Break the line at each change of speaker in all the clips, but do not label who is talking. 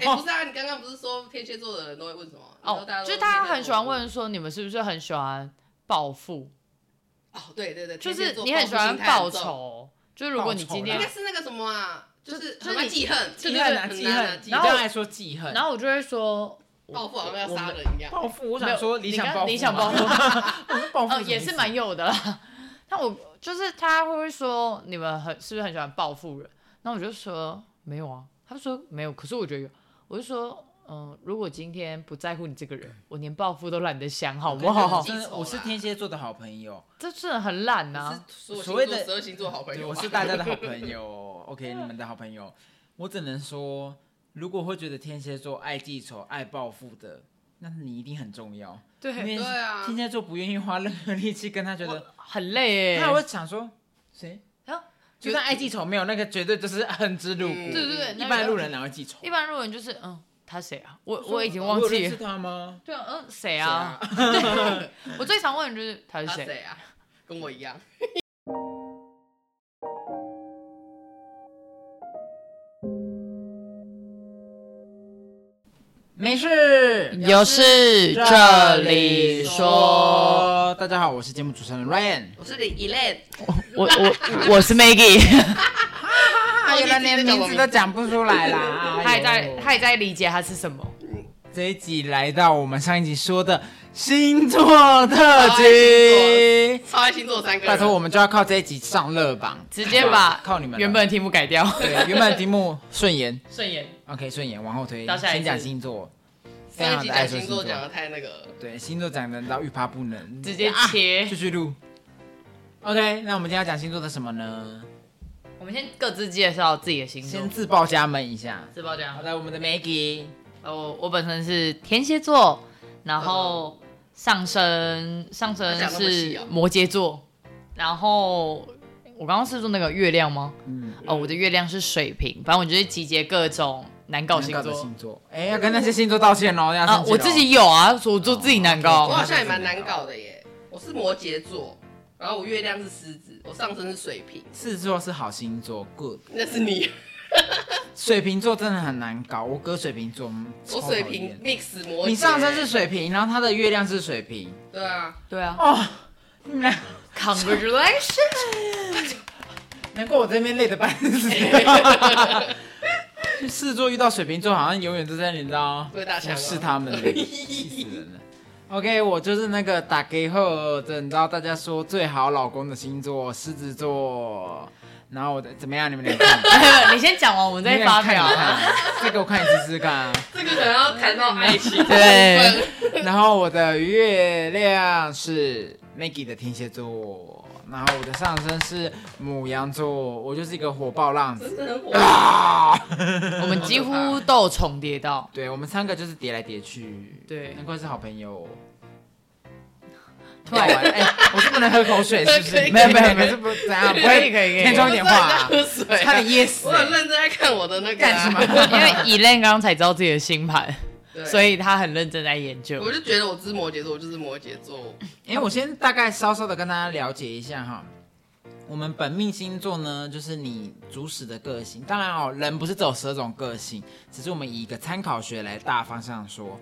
哎、不是啊，你刚刚不是说天蝎座的人都会问什么？你
哦
说大家，都
就是他很喜欢
天蝎
问说你们是不是很喜欢暴富，
座，哦，对对对，
就
天蝎
是
座
你很喜欢
心态
报
很重，
仇，就是如果你今
应
天
该，是那个什么啊，就是
就
很爱
就是
记恨，
记
对
恨
对对
啊
很
记
难啊
恨，
记
你
恨
刚才说记恨，
然后我就会说，
报复好像要
我
杀
们
人一样。
报复，我
没有
想说理想
你
报
刚
复，
理想报复，
报复
呃，也是蛮有的 啦。但我就是他会说你们很是不是很喜欢报复人？那我就说没有啊，他说没有，可是我觉得有，我就说。嗯，如果今天不在乎你这个人，我连报复都懒得想，好不
我
好
跟你？
真的，我是天蝎座的好朋友，
这真的很懒啊呐、
我
所
是
有
啊所谓
星座
的
十二星座好朋
对，
友，啊
我是大家的好朋友 ，OK，你们的好朋友。我只能说，如果会觉得天蝎座爱记仇、爱报复的，那你一定很重要。
对
因为
对啊
天蝎座不愿意花任何力气跟他觉得，
很累
他还
哎、
会想说谁？
啊
就算爱记仇没有，那个绝对就是恨之入骨。
嗯
对对对，
一
那
般
个
路人哪会记仇？
一般路人就是嗯，他谁啊？我我已经
说
忘
我有
记
认识
了。
他吗？
对啊，嗯，谁
对
啊
啊？，
我最常问的就是他是
他
谁。
谁啊？跟我一样。
没事。
有事这里说，，
大家好，我是节目主持人 Ryan。
我是李 Elaine，
我
哎
我我是 Maggie，
啊，原来连名字都讲不出来啦！ 哎呦
他也在他也在理解他是什么。
这一集来到我们上一集说的星座特
哦
辑，
超爱星座三个人。
拜托我们就要靠这一集上热榜，
直接把
靠你们了啊
原本的题目改掉。
对原本的题目顺延
顺眼，
，OK 顺延往后推
到，下一集
先讲星座，非
上一
常
集
的爱
讲
说
星
星
座
座，
讲的太那个，
对星座讲人到欲罢不能，
直接
啊
切
继续录。OK，那我们今天要讲星座的什么呢？
我们先各自介绍自己的星座
先。自报家门一下。
自报这样
好。的，我们的 Maggie，
呃，我我本身是天蝎座，然后上升上升
讲那么细
是
哦
摩羯座，然后我刚刚是说那个月亮吗？
嗯，
哦，我的月亮是水瓶，反正我就是集结各种难搞星
难搞的
座
星座，哎，要跟那些星座道歉哦，要
啊
生，气
我
咯
自己有啊，所以我做自己难
哦
我
搞
，OK，OK。
好像也蛮难搞的耶。我是摩羯座，然后我月亮是狮子，我上升是水瓶，
狮子座是好星座，good。
那是你。
水瓶座真的很难搞，我哥水瓶座，嗯
我水瓶。mix 摩羯。
超讨厌你上身是？水瓶，然后他的月亮是水瓶，
对啊，
对 啊
哦，你们俩
，Congratulations！
难怪我这边累得半死。 狮子座遇到水瓶座，好像永远都在你知道
会大象啊
是他们的，气死人了。OK，我就是那个打给后的，你知道大家说最好老公的星座狮子座，然后我的怎么样？你们两个，
你先讲完，我们
你们
再
俩
发
看一
表。
看， 再给我看一次试试看啊。
这个可能要谈到爱情。
对，然后我的月亮是 Maggie 的天蝎座，然后我的上升是母羊座，我就是一个火爆浪子
真的很火。
啊！
我们几乎都有重叠到，
对我们三个就是叠来叠去，
对
难怪是好朋友。
突然
哎、我是不能喝 口水，是不
可以可
是？
以
没有没有没有，是不怎样？
可
不
以
会，
可以可以
填充一点话、啊
我，不知道你在喝水啊
差点噎死、
我很认真在看我的那个
干什
啊。
么？
因为 Elaine 刚刚才知道自己的星盘，
对
所以他很认真在研究
我。就觉得我是摩羯座，我就是摩羯座。
哎、我先大概稍稍的跟大家了解一下哈。我们本命星座呢，就是你主使的个性。当然哦，人不是只有十二种个性，只是我们以一个参考学来大方向说。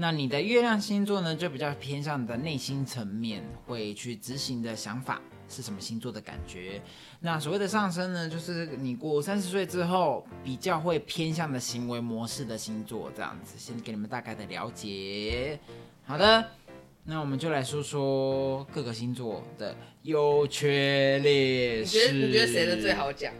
那你的月亮星座呢，就比较偏向你的内心层面，会去执行的想法是什么星座的感觉。那所谓的上升呢，就是你过三十岁之后比较会偏向的行为模式的星座，这样子。先给你们大概的了解。好的，那我们就来说说各个星座的优缺劣
你
势。
觉得你觉得谁的最？好讲？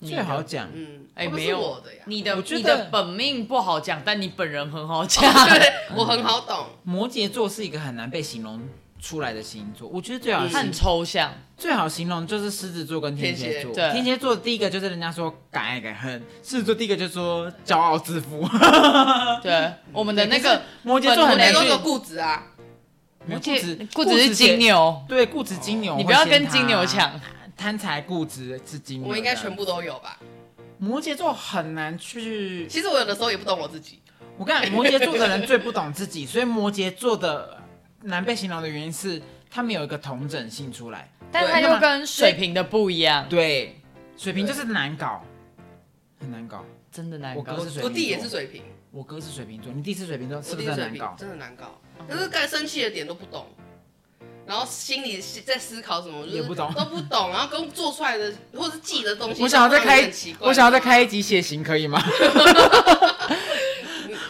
最好讲，
嗯，
哎、
会不会
没
是
有
我的呀。
你的
我觉得
你的本命不好讲，但你本人很好讲。
对， 我很好 懂。
摩羯座是一个很难被形容出来的星座。我觉得最好
嗯他很
形
抽 象，
最好形容就是狮子座跟天蝎座。
天蝎对
天蝎座第一个就是人家说敢爱敢恨，狮子座第一个就是说骄傲自负。
对我们的那个
摩羯座
我
很
们
难
都
去
说固执啊，
摩
固
羯
执，固执是金，牛，哦
对固执金牛，
你不要跟金牛，抢。
贪财固执是金牛，
我们应该全。部都有吧？
摩羯座很难去，
其实我有的时候也不懂我自己，
我跟你讲，摩羯座的人最不懂自己，所以摩羯座的难被形容的原因是他们有一个同整性出来，
但他又跟水瓶的不一样，
对，水瓶就是难搞，很难搞。
真的难
我
搞
哦哥。是水瓶座
我弟也是水瓶，
我哥是水瓶座，你弟是水瓶座，是
我
不
弟
是很
水
难
瓶
搞？
真的难搞，但是该生气的点都不懂，然后心里在思考什么，就是
也不懂
都不懂，然后跟做出来的或是记的东西，
我想要再开
很奇，怪
我想要再，开一集血型，可以吗？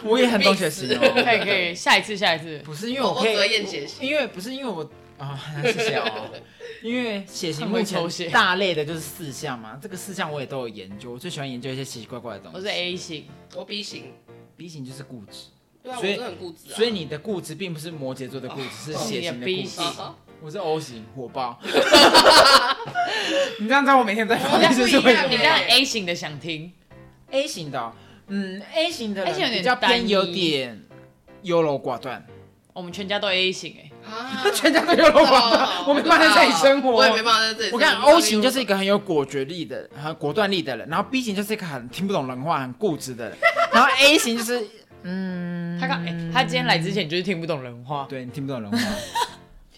我也很懂血型哦。
可以可以，下一次下一次。
不是因为
我
我
我
可
只会
以，
验血型，
因为不是因为我啊，谢谢哦。因为血型目
很会
前
抽血
大类的就是四项嘛，这个四项我也都有研究，我最喜欢研究一些奇奇怪怪的东西。
我是 A 型，
我 B 型，
B 型就是固执，
对啊，我
所以
真的很固执啊，
所以你的固执并不是摩羯座的固执，是血型
你的
的
B
固执
型。
啊
我是 O 型，火爆。你这样知道我每天在发
我
生
们
是
不一
为
样
什么
你
欸
刚才 A 型的想听，
A 型的哦、嗯，A 型的
A 型有
人
点
比较
单
偏
一
有点优柔寡断，
我们全家都 A 型哎、
啊
全家都优柔寡
哦
断， 我没办法在这里生活。
我也没办法在这里生活。
我看 O 型就是一个很有果决力的、很果断力的人，然后 B 型就是一个很听不懂人话、很固执的人，然后 A 型就是 嗯，
他刚、欸、他今天来之前就是听不懂人话，
对你听不懂 人话。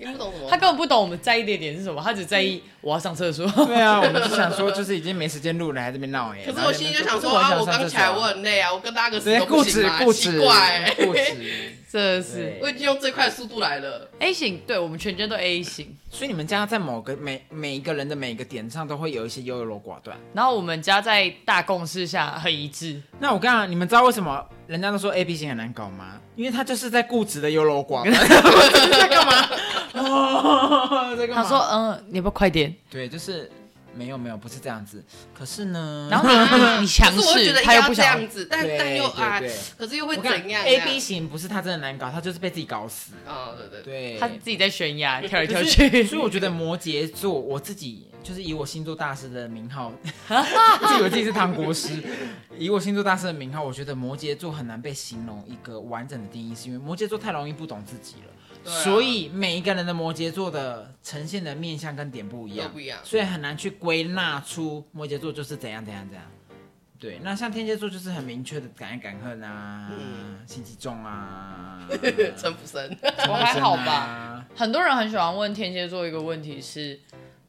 听不懂什么，
他根本不懂我们在意的点是什么，他只在意我要上厕所。
对啊，我们就想说，就是已经没时间录了，还这边闹耶。
可是
然后
我
在那
心
边
里就想
说
说啊，我
想上
刚
厕
起
所
来我很累啊，我跟大家个
直
死
接
都
固
不行
执
吗？
固
奇
执
怪欸，
固执。
这是
对
我已经用最快的速度来了。
A 型，对我们全家都 A 型，
所以你们家在某个每每一个人的每个点上都会有一些优柔寡断。
然后我们家在大共识下很一致，
那我跟你讲，你们知道为什么人家都说 A B 型很难搞吗？因为他就是在固执的优柔寡断。在干嘛？哦，在干嘛？
他说嗯，你要不要快点？
对，就是没有没有，不是这样子。可是呢，
然后你你强
可是我
势
觉得，应
他
该
又
要
不
这
想
样，子，但
对
但又
对
啊
对，
可是又会
我跟
怎
你
样
讲
啊
A B 型不是他真的难搞，他就是被自己搞死。
啊，对对对，
对，
他自己在悬崖跳来跳
可是
去。
所以我觉得摩羯座，我自己就是以我星座大师的名号，自以为自己是唐国师，以我星座大师的名号，我觉得摩羯座很难被形容一个完整的定义，是因为摩羯座太容易不懂自己了，
对啊
所以每一个人的摩羯座的呈现的面相跟点不一样，
都不一样
所以很难去归纳出摩羯座就是怎样怎样怎样。对，那像天蝎座就是很明确的敢爱敢恨啊，
嗯
心机重啊，
陈福生，
我还好吧
冲动啊
很多人很喜欢问天蝎座一个问题是，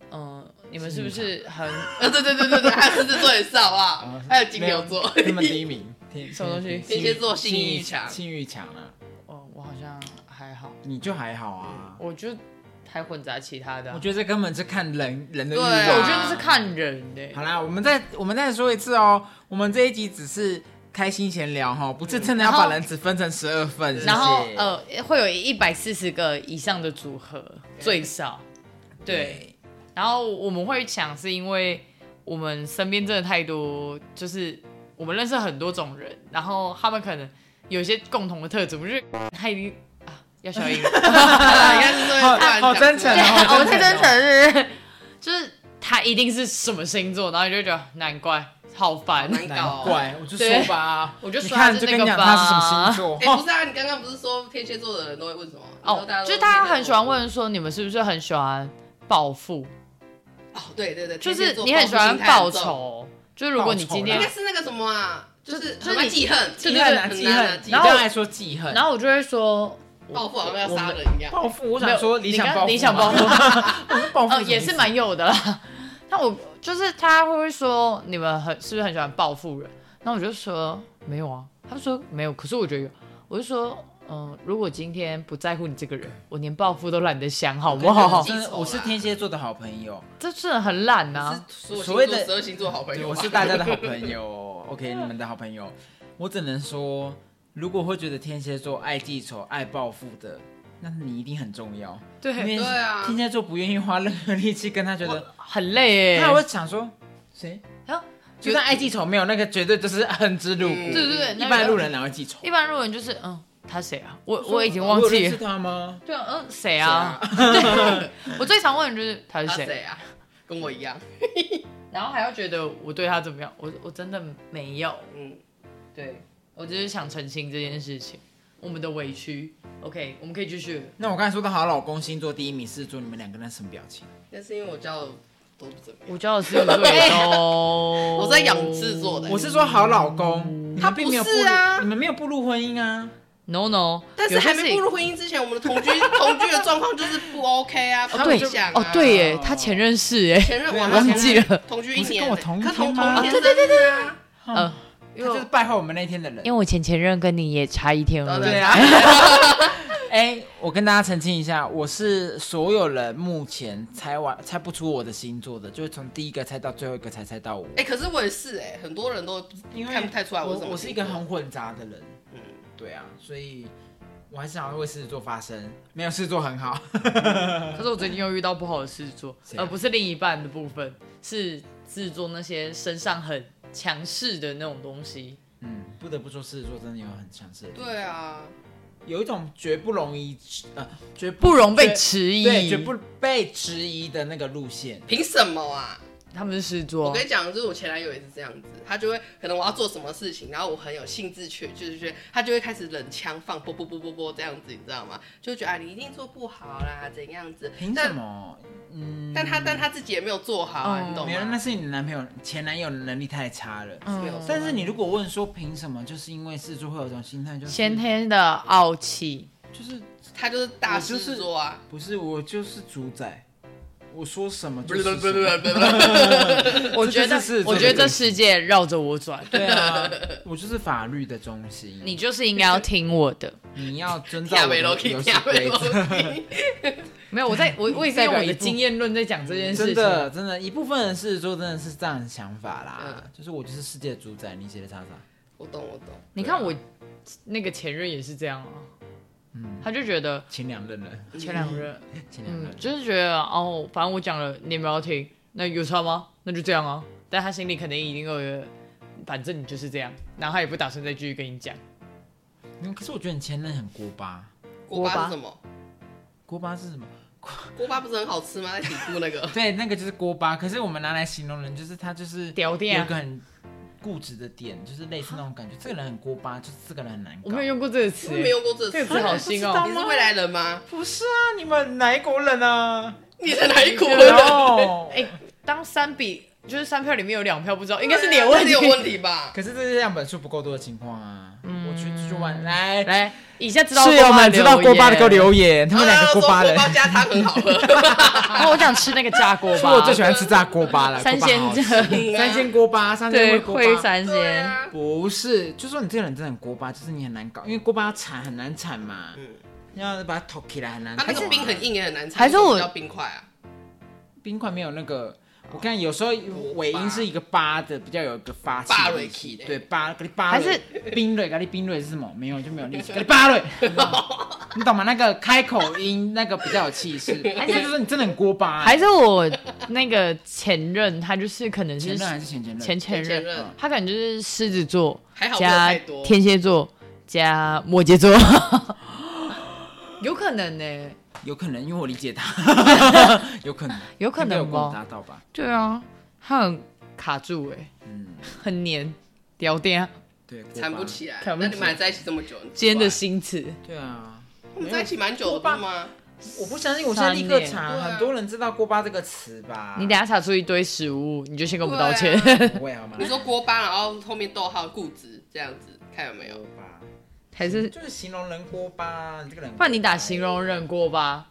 嗯，你们是不是很呃
啊，对对对对对，还有狮子座也是好不好
啊？
哎
还有金牛座，
他们第 一名，天
什么东西
天
天蝎座性欲强
性欲强啊，
哦，我好像还好，
你就还好啊。
我就还混杂其他的啊、
我觉得这根本是看人人的欲
对
望，
啊
我觉得这是。看人的、
好啦，我们再我们再说一次哦，我们这一集只是开心闲聊哈，不是真的要
然后
把人只分成十二份。
然后
谢谢，
呃，会有一百四十个以上的组合最少，对。
对，
然后我们会抢，是因为我们身边真的太多，就是我们认识很多种人，然后他们可能有一些共同的特质，我觉得他一定啊要小心。
啊应该是对，
好
突然
好
想
真
出
诚
来
哦
对，我们太真
真诚
诚是不是，就是他一定是什么星座，然后你就会觉得难怪，好烦。
难
难
搞
怪我就
对
说吧，
我就
你
说他
看
是
就
那
跟
个
你讲他是什
吧
么星 座，
哎，不是啊，你刚刚不是说天蝎座的人都会问什么？你
哦
说大家，都
就是他
天蝎
很喜
座
欢问说，你们是不是很喜欢暴富？
哦，对对对，
就是
天蝎座
你很喜欢
报复心
报
态很重，
仇，就是如果你今
报
应
天
仇
该
啦，
是那个什么啊，就是
就是
很爱
你
记恨，
记
对
恨啊
对
记
对很难啊
恨，
记
你刚
恨，
才说记恨，
然后我就会说，
报复好像要杀人一样。
报复，
没
我想
有
说理
你
想
刚
报复吗，
理想报复
报复
呃，
什么
也
意
是
思
蛮有的啦。那我就是他会说你们很是不是很喜欢报复人？那我就说没有啊，他就说没有，可是我觉得有，我就说嗯、如果今天不在乎你这个人，我连报复都懒得想，好不
我
好
跟你？讲
真的，我是天蝎座的好朋友，
这真的很懒啊呐、
是
所谓的
十二星座好朋
对，
友，
我是大家的好朋友。OK，你们的好朋友，我只能说，如果会觉得天蝎座爱记仇、爱报复的，那你一定很重要。因
对，
为
对啊
天蝎座不愿意花任何力气跟他觉得，
很累
他还
哎。
会想说谁？
啊
就算爱记仇没有，那个绝对就是恨之入骨。
嗯
对对对，
一
那
般
个
路人哪会记仇？
一般路人就是嗯，他谁啊？我
说
我已经忘
我有
记
认识
了。
他吗？
对啊，嗯，谁
对啊
啊？，我最常问的就是他是
他
谁，
谁啊？跟我一样，
然后还要觉得我对他怎么样？我我真的没有。
嗯，
对，我只是想澄清这件事情，我们的委屈。OK，我们可以继续。
那我刚才说的好老公星座第一名狮子座，你们两个人什么表情？
那是因为我教的都不怎么样。
我教的是对哦，
我在养制作
嗯
的
我是说好老公，他并没有步入
不是啊
你们没有步入婚姻啊。
No No，
但是还没步入婚姻之前，我们的同居 同居的状况就是不 OK 啊，
哦
不理
对
想啊
哦对耶，他前任是耶，
前任
对
我
啊
们
忘
记了
同居一
不是
年，
跟我同一
可
天
同
吗
同一天对对对对啊，
嗯，因为
他就是
我哦
败坏我们那天的人。
因为我前前任跟你也差一天而已，
对
对啊。哎、我跟大家澄清一下，我是所有人目前猜完猜不出我的星座的，就是从第一个猜到最后一个才猜到我。
哎、可是我也是哎、很多人都
因为
看不太出来
我
是什么
我是一个
星座
很混杂的人，
嗯
对啊，所以我还是想要为狮子座发声。没有狮子座很好，
可是我最近又遇到不好的事做，呃
谁啊
而不是另一半的部分，是制作那些身上很强势的那种东西。
嗯，不得不说狮子座真的有很强势的地方，
对啊，
有一种绝不容易呃绝
不容被
绝
迟疑。
对绝不被质疑的那个路线。
凭什么啊？
他们是狮子
我
座
跟，你讲，就是我前男友也是这样子，他就会可能我要做什么事情，然后我很有兴致去，就是觉得他就会开始冷枪放啵啵啵啵啵这样子，你知道吗？就觉得啊，你一定做不好啦，怎样子？
凭什么？嗯，
但？但他但他自己也没有做好啊，
嗯
你懂
没有，那
吗？
是你的男朋友前男友的能力太差了。
嗯
没
哦
有
但是你如果问说凭什么，就是因为狮子座会有一种心态，就是
先天的傲气，
就是
他就是大
我就
师
是
做啊，
不是我就是主宰，我说什么
不
就是
是不
什
是
么
不是不是，
我觉得
这就是狮子，座
我
的
觉得这
个
世界绕着我转，
对啊，我就是法律的中心。
你就是应该要听我的。
你要遵照
亚
我
美
的
罗 K
游戏
亚美
规
罗
则。
K，
没有，我在我我也是
代
用
表
我的
一部
经验论在讲这件事
真
情。
的，真的，一部分人狮子座真的是这样的想法啦
嗯，
就是我就是世界的主宰，你写的啥啥。
我懂我懂，
你看
啊
我那个前任也是这样啊，
嗯
他就觉得
前两任了，
前两任。
前两
嗯
任，，
就是觉得哦，反正我讲了，你也没有要听，那有差吗？那就这样啊。但他心里肯定一定有一个，反正你就是这样，然后他也不打算再继续跟你讲。
嗯可是我觉得你前任很锅巴，
锅巴是什么？
锅巴是什么？，
锅巴不是很好吃吗？在底部那个
对，那个就是锅巴，可是我们拿来形容人，就是他就是
屌
有
店啊
一个很固执的点，就是类似那种感觉。这个人很锅巴，就是这个人很难搞。
我没有用过这个词、
我没用过这个
这个词，好
你
新
不知道
哦。
是未来人吗？
不是啊，你们哪一国人 啊？
你是哪一国人？
哦，
哎、当三比就是三票里面有两票不知道，应
应
该是你的问 题。
有问题吧？
可是这是样本数不够多的情况啊。我去出去玩，来
来，以下知道
室友们知道锅巴的给我
流。
留言，他们两个锅巴人
啊说锅。巴加汤很好喝，
然哦后我想吃那个炸 锅
说
巴，
我最喜欢吃炸锅巴 了，
三
锅巴好
鲜
好
这
吃 三鲜锅巴，三鲜
对
味锅
灰
巴。
三
对
鲜。
啊，
不是，就说你这个人真的很锅巴，就是你很难搞，因为锅巴铲很难铲嘛，
嗯，
要把它投起来很难
它
搞。
那个冰很硬也很难吃，
还是我
叫冰块啊？
冰块没有那个，我看有时候尾音是一个八的，比较有一个发气
巴
的
瑞
力气
气的
对八，咖喱八
还
瑞冰瑞，咖喱冰瑞是什么？没有就没有力气，咖喱 八瑞，你懂吗？那个开口音那个比较有 气势，还是就是你真的很锅巴、欸
还是我那个前任，他就是可能
前
是
任还是前前任？
前前
前
任，
任
他可能就是狮子座
还好没有
加
太多
天蝎座加摩 羯座，有可能欸呢、
有可能，因为我理解他， 有可能，
有可能哦
应该有跟我
吧
搭到吧？
对啊，他很卡住哎、
嗯，
很黏，屌颠
对，锅巴
缠不。起来，
缠不
那
起
你们还在一起这么久？
今天的
是，
新词，
对啊，
我们在一起蛮久的不是吗？
我不相信，我现在立刻查，啊
三年
很多人知道锅巴这个词吧？
你等下查出一堆食物，你就先跟我们
啊对
道
啊
歉。
不会好吗？
你说锅巴，然后后面逗号固执这样子，看有没有
锅？巴。
还是
就是形容人锅巴，你这个人。
不然你打形容人锅巴，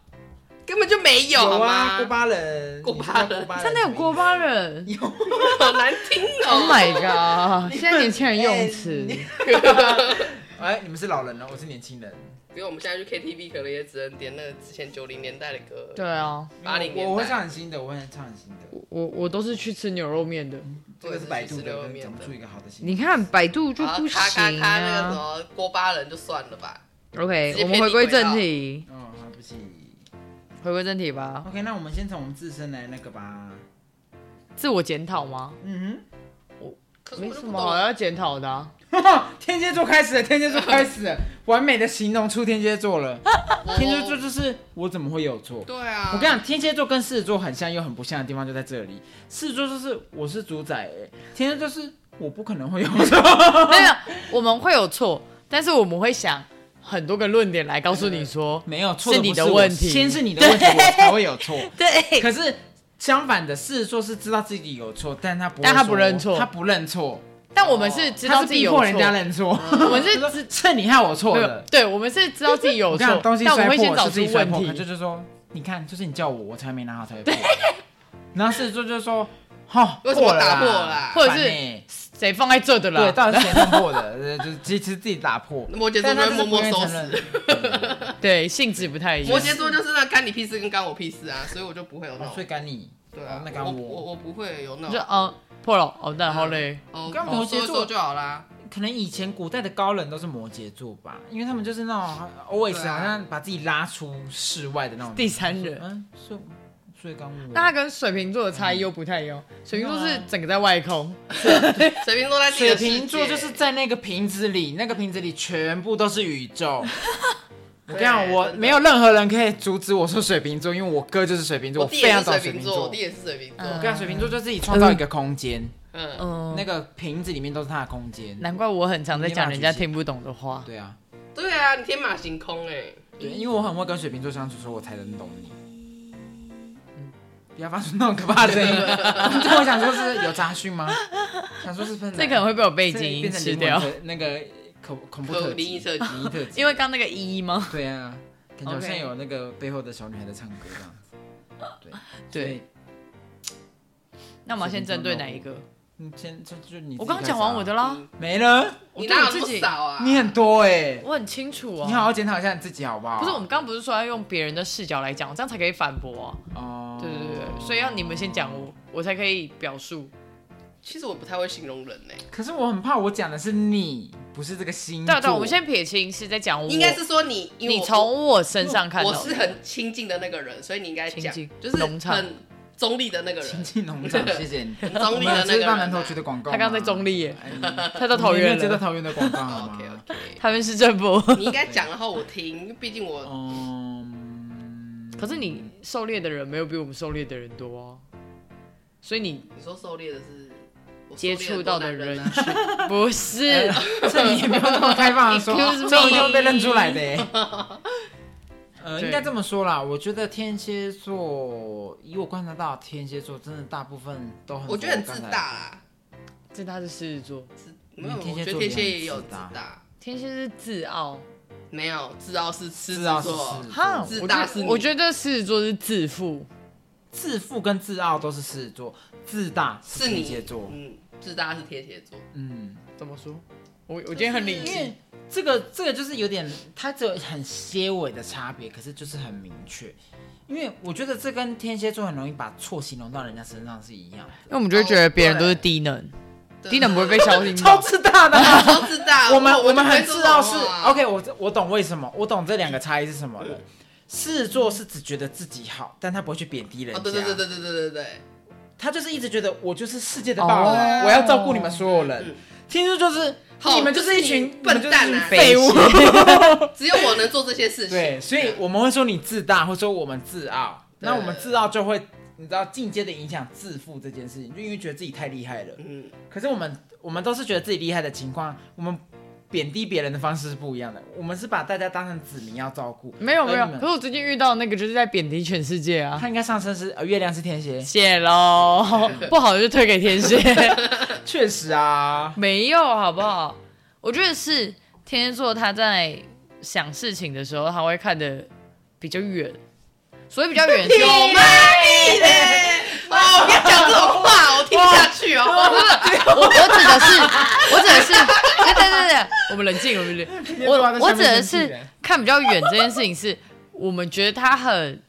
根本就没有好
有
吗
啊，？锅巴人，
锅巴人
你知道
真的有锅巴人
有
好难听
？Oh
哦。
my god！现在年轻人用词，
你 哎，你们是老人了，我是年轻人。
比如我们现在去 KTV，可能也只能点那个之前九零年代的歌，
对啊，
80
我我会
年代
唱很新的，我会唱很新的。
我我我都是去吃牛肉面的。
这个是百度
我也是去吃牛肉
的，
面的
讲不出一个好的形容。
你看百度就
然后
不
啊咔咔
行
咔那个什
啊。
么锅巴人就算了吧。直
OK，
接
我
偏
们
离
回归正
轨道
题，
哦，好，不起。
回归正题吧。
OK，那我们先从我们自身来那个吧。
自我检讨吗？
嗯
可是
没
我就
什
不
么
懂
好要检讨的 啊、
哼， 天蝎座开始了，天蝎座 开始了，完美的形容出天蝎座了。
啊我
天蝎座就是我怎么会有错？
对啊，
我跟你讲，天蝎座跟狮子座很像又很不像的地方就在这里。狮子座就是我是主宰、欸，天蝎座就是我不可能会有错。
没有，我们会有错，但是我们会想很多个论点来告诉你 说，
没有错，
是
不
你的
我
问题
先是你的问题，
对
我才会有错。
对，
可是相反的，狮子座是知道自己有错，但他不会
但他不
说
认错
他不认错，
但我们是知道
他
自
是
己
逼
有错，嗯
迫人家认错。
我们是
他说是你害我错
没有
的。
对，我们是知道自己有
我
错
跟你讲，东西
但我
摔
们会先
破
找
是自
出
己摔
问
破，他
题
就。是说，你看，就是你叫我，我才没拿好 才会破。然后狮子座就说，哈，
为什么
破了
打破
啦
啦
或者是
烦欸
谁放在这的啦？
对，到底是谁弄破的？ 呃就是其实自己打破。
摩羯座
但他
就会
就
默
是不
默
愿意
收
承
拾。
认。
对性质不太一样。
摩羯座就是那干你屁事跟干我屁事啊，所以我就不会有那
哦所
种
以干你，
对啊
哦，那干我
我我不会有那
就
种
嗯破了哦，那好嘞，
哦，
干
跟
摩羯座
就好啦。
可能以前古代的高人都是摩羯座吧，因为他们就是那种 always
对啊
好像把自己拉出室外的那种
第三人。
嗯，是，所以刚我
那它跟水瓶座的差异又不太一样，水瓶座是整个在外空，
水瓶座在自己
水
的世界
瓶座就是在那个瓶子里，那个瓶子里全部都是宇 宙。我跟你讲，
对
我
真的
没有任何人可以阻止我说水瓶座，因为我哥就是水瓶座，
我
我
弟
非
也
常
是
懂
水
水
瓶
瓶
座，我
座
弟。也是水瓶座，
嗯
我跟你讲，水瓶座就自己创造一个空间，
嗯，
嗯，
那个瓶子里面都是他的空间。
难怪我很常在讲人家听不懂的话。
对啊，
对啊，你天马行空哎、
对，因为我很会跟水瓶座相处，所以我才能懂你。
嗯
不要发出那种可怕的 声音！就我想说是有杂讯吗？想说是不是
这可能会被我背
这
景音
变成
吃
灵魂
掉，
特那个恐恐怖
有
特
灵异
辑，
设计，
灵异特辑，
因为刚那个一吗？
对啊，感觉好像
OK
有那个背后的小女孩在唱歌这样子。对，所以
对，，那我们要先针对哪一个？
嗯，先就就你自己开始啊，啊
我刚讲完我的啦，
没了，
你
对
哪有
我
那
自
么
己
少啊？
你很多哎，
我很清楚
你好
啊。
好检讨一下你自己好不好？
不是，我们刚刚不是说要用别人的视角来讲，这样才可以反驳啊？
哦，
对对对对，所以要你们先讲我，我才可以表述。
其实我不太会形容人哎、
可是我很怕我讲的是你，不是这个星座。
对啊对啊，我们先撇清是在讲我，
应该是说你，因为
你
我
从我身上看到
我
的，
是很亲近的那个人，所以你应该讲
亲近，
就是
农场
很中立的那个
亲
人。
近农场，谢谢你。
很中立的那个人啊
我们有接到南头区的广告吗，
他刚在中立耶，
哎，
他到桃园
你没有接到
了，
桃园的广告好 吗
OK OK，
他们是正波。
你应该讲，然后我听，毕竟
哦
我
嗯，
可是你狩猎的人没有比我们狩猎的人多啊，所以你
你说狩猎的是我狩猎
接触到的
多男人
人
啊，
群 不是
哎这你也不用那么开放的说，
Excuse me
这我就被认出来的欸。呃，
对
应该这么说啦，我觉得天蝎座，以我观察到，天蝎座真的大部分都很，
我觉得很自大。啦。
这他是狮子座，
自没有，
嗯天
我
蝎
觉得
座
天
也
蝎
很
也有
自
自
大
大，
天蝎是自傲，
没有自傲是狮子
自傲是
座
狮子，
哈，
自
我
大
觉
是
得
你
我觉得狮子座是自负，
自负跟自傲都是狮子座，自大
是你
天蝎座。
嗯，自大是天蝎座，
嗯，
怎么说？我我今天很理
因为
智，
这个这个就是有点，它只有很些微的差别，可是就是很明确。因为我觉得这跟天蝎座很容易把错形容到人家身上是一样的，
嗯
因为我们就会觉得别人都是低能，
对
低能不会被消停
超
吧？
自大 的啊、
超自大。
我们我
我
们
就不会
很
说
自傲是
什么啊
OK，我我懂为什么，我懂这两个差异是什么了。狮子座是只觉得自己好，但他不会去贬低人
哦，
家。
对对对对对对对对，
他就是一直觉得我就是世界的霸王，
哦
我要照顾你们所有人
嗯。
听说就是
好
你们就是一
你
群
笨蛋啊
你们就是一群废物。
只有我能做这些事情。啊
对，所
嗯
以我们会说你自大，会说我们自傲。
对
那我们自傲就会，你知道进阶的影响自负这件事情，就因为觉得自己太厉害了。
嗯，
可是我们我们都是觉得自己厉害的情况，我们贬低别人的方式是不一样的。我们是把大家当成子民要照顾。
没有没有
而你，们
可是我最近遇到那个就是在贬低全世 界啊，
他应该上身是呃月亮是 天蝎，
谢喽，不好就推给天蝎。
确实啊，
没有，好不好？我觉得是天蝎座，他在想事情的时候，他会看得比较远，所以比较远就
有吗？你嘞哦，不要讲这种话，我听不下去哦。
我我指的是，我指的是，对对对对，我们冷静，我们冷静。我我指的是看比较远这件事情是，我们觉得他很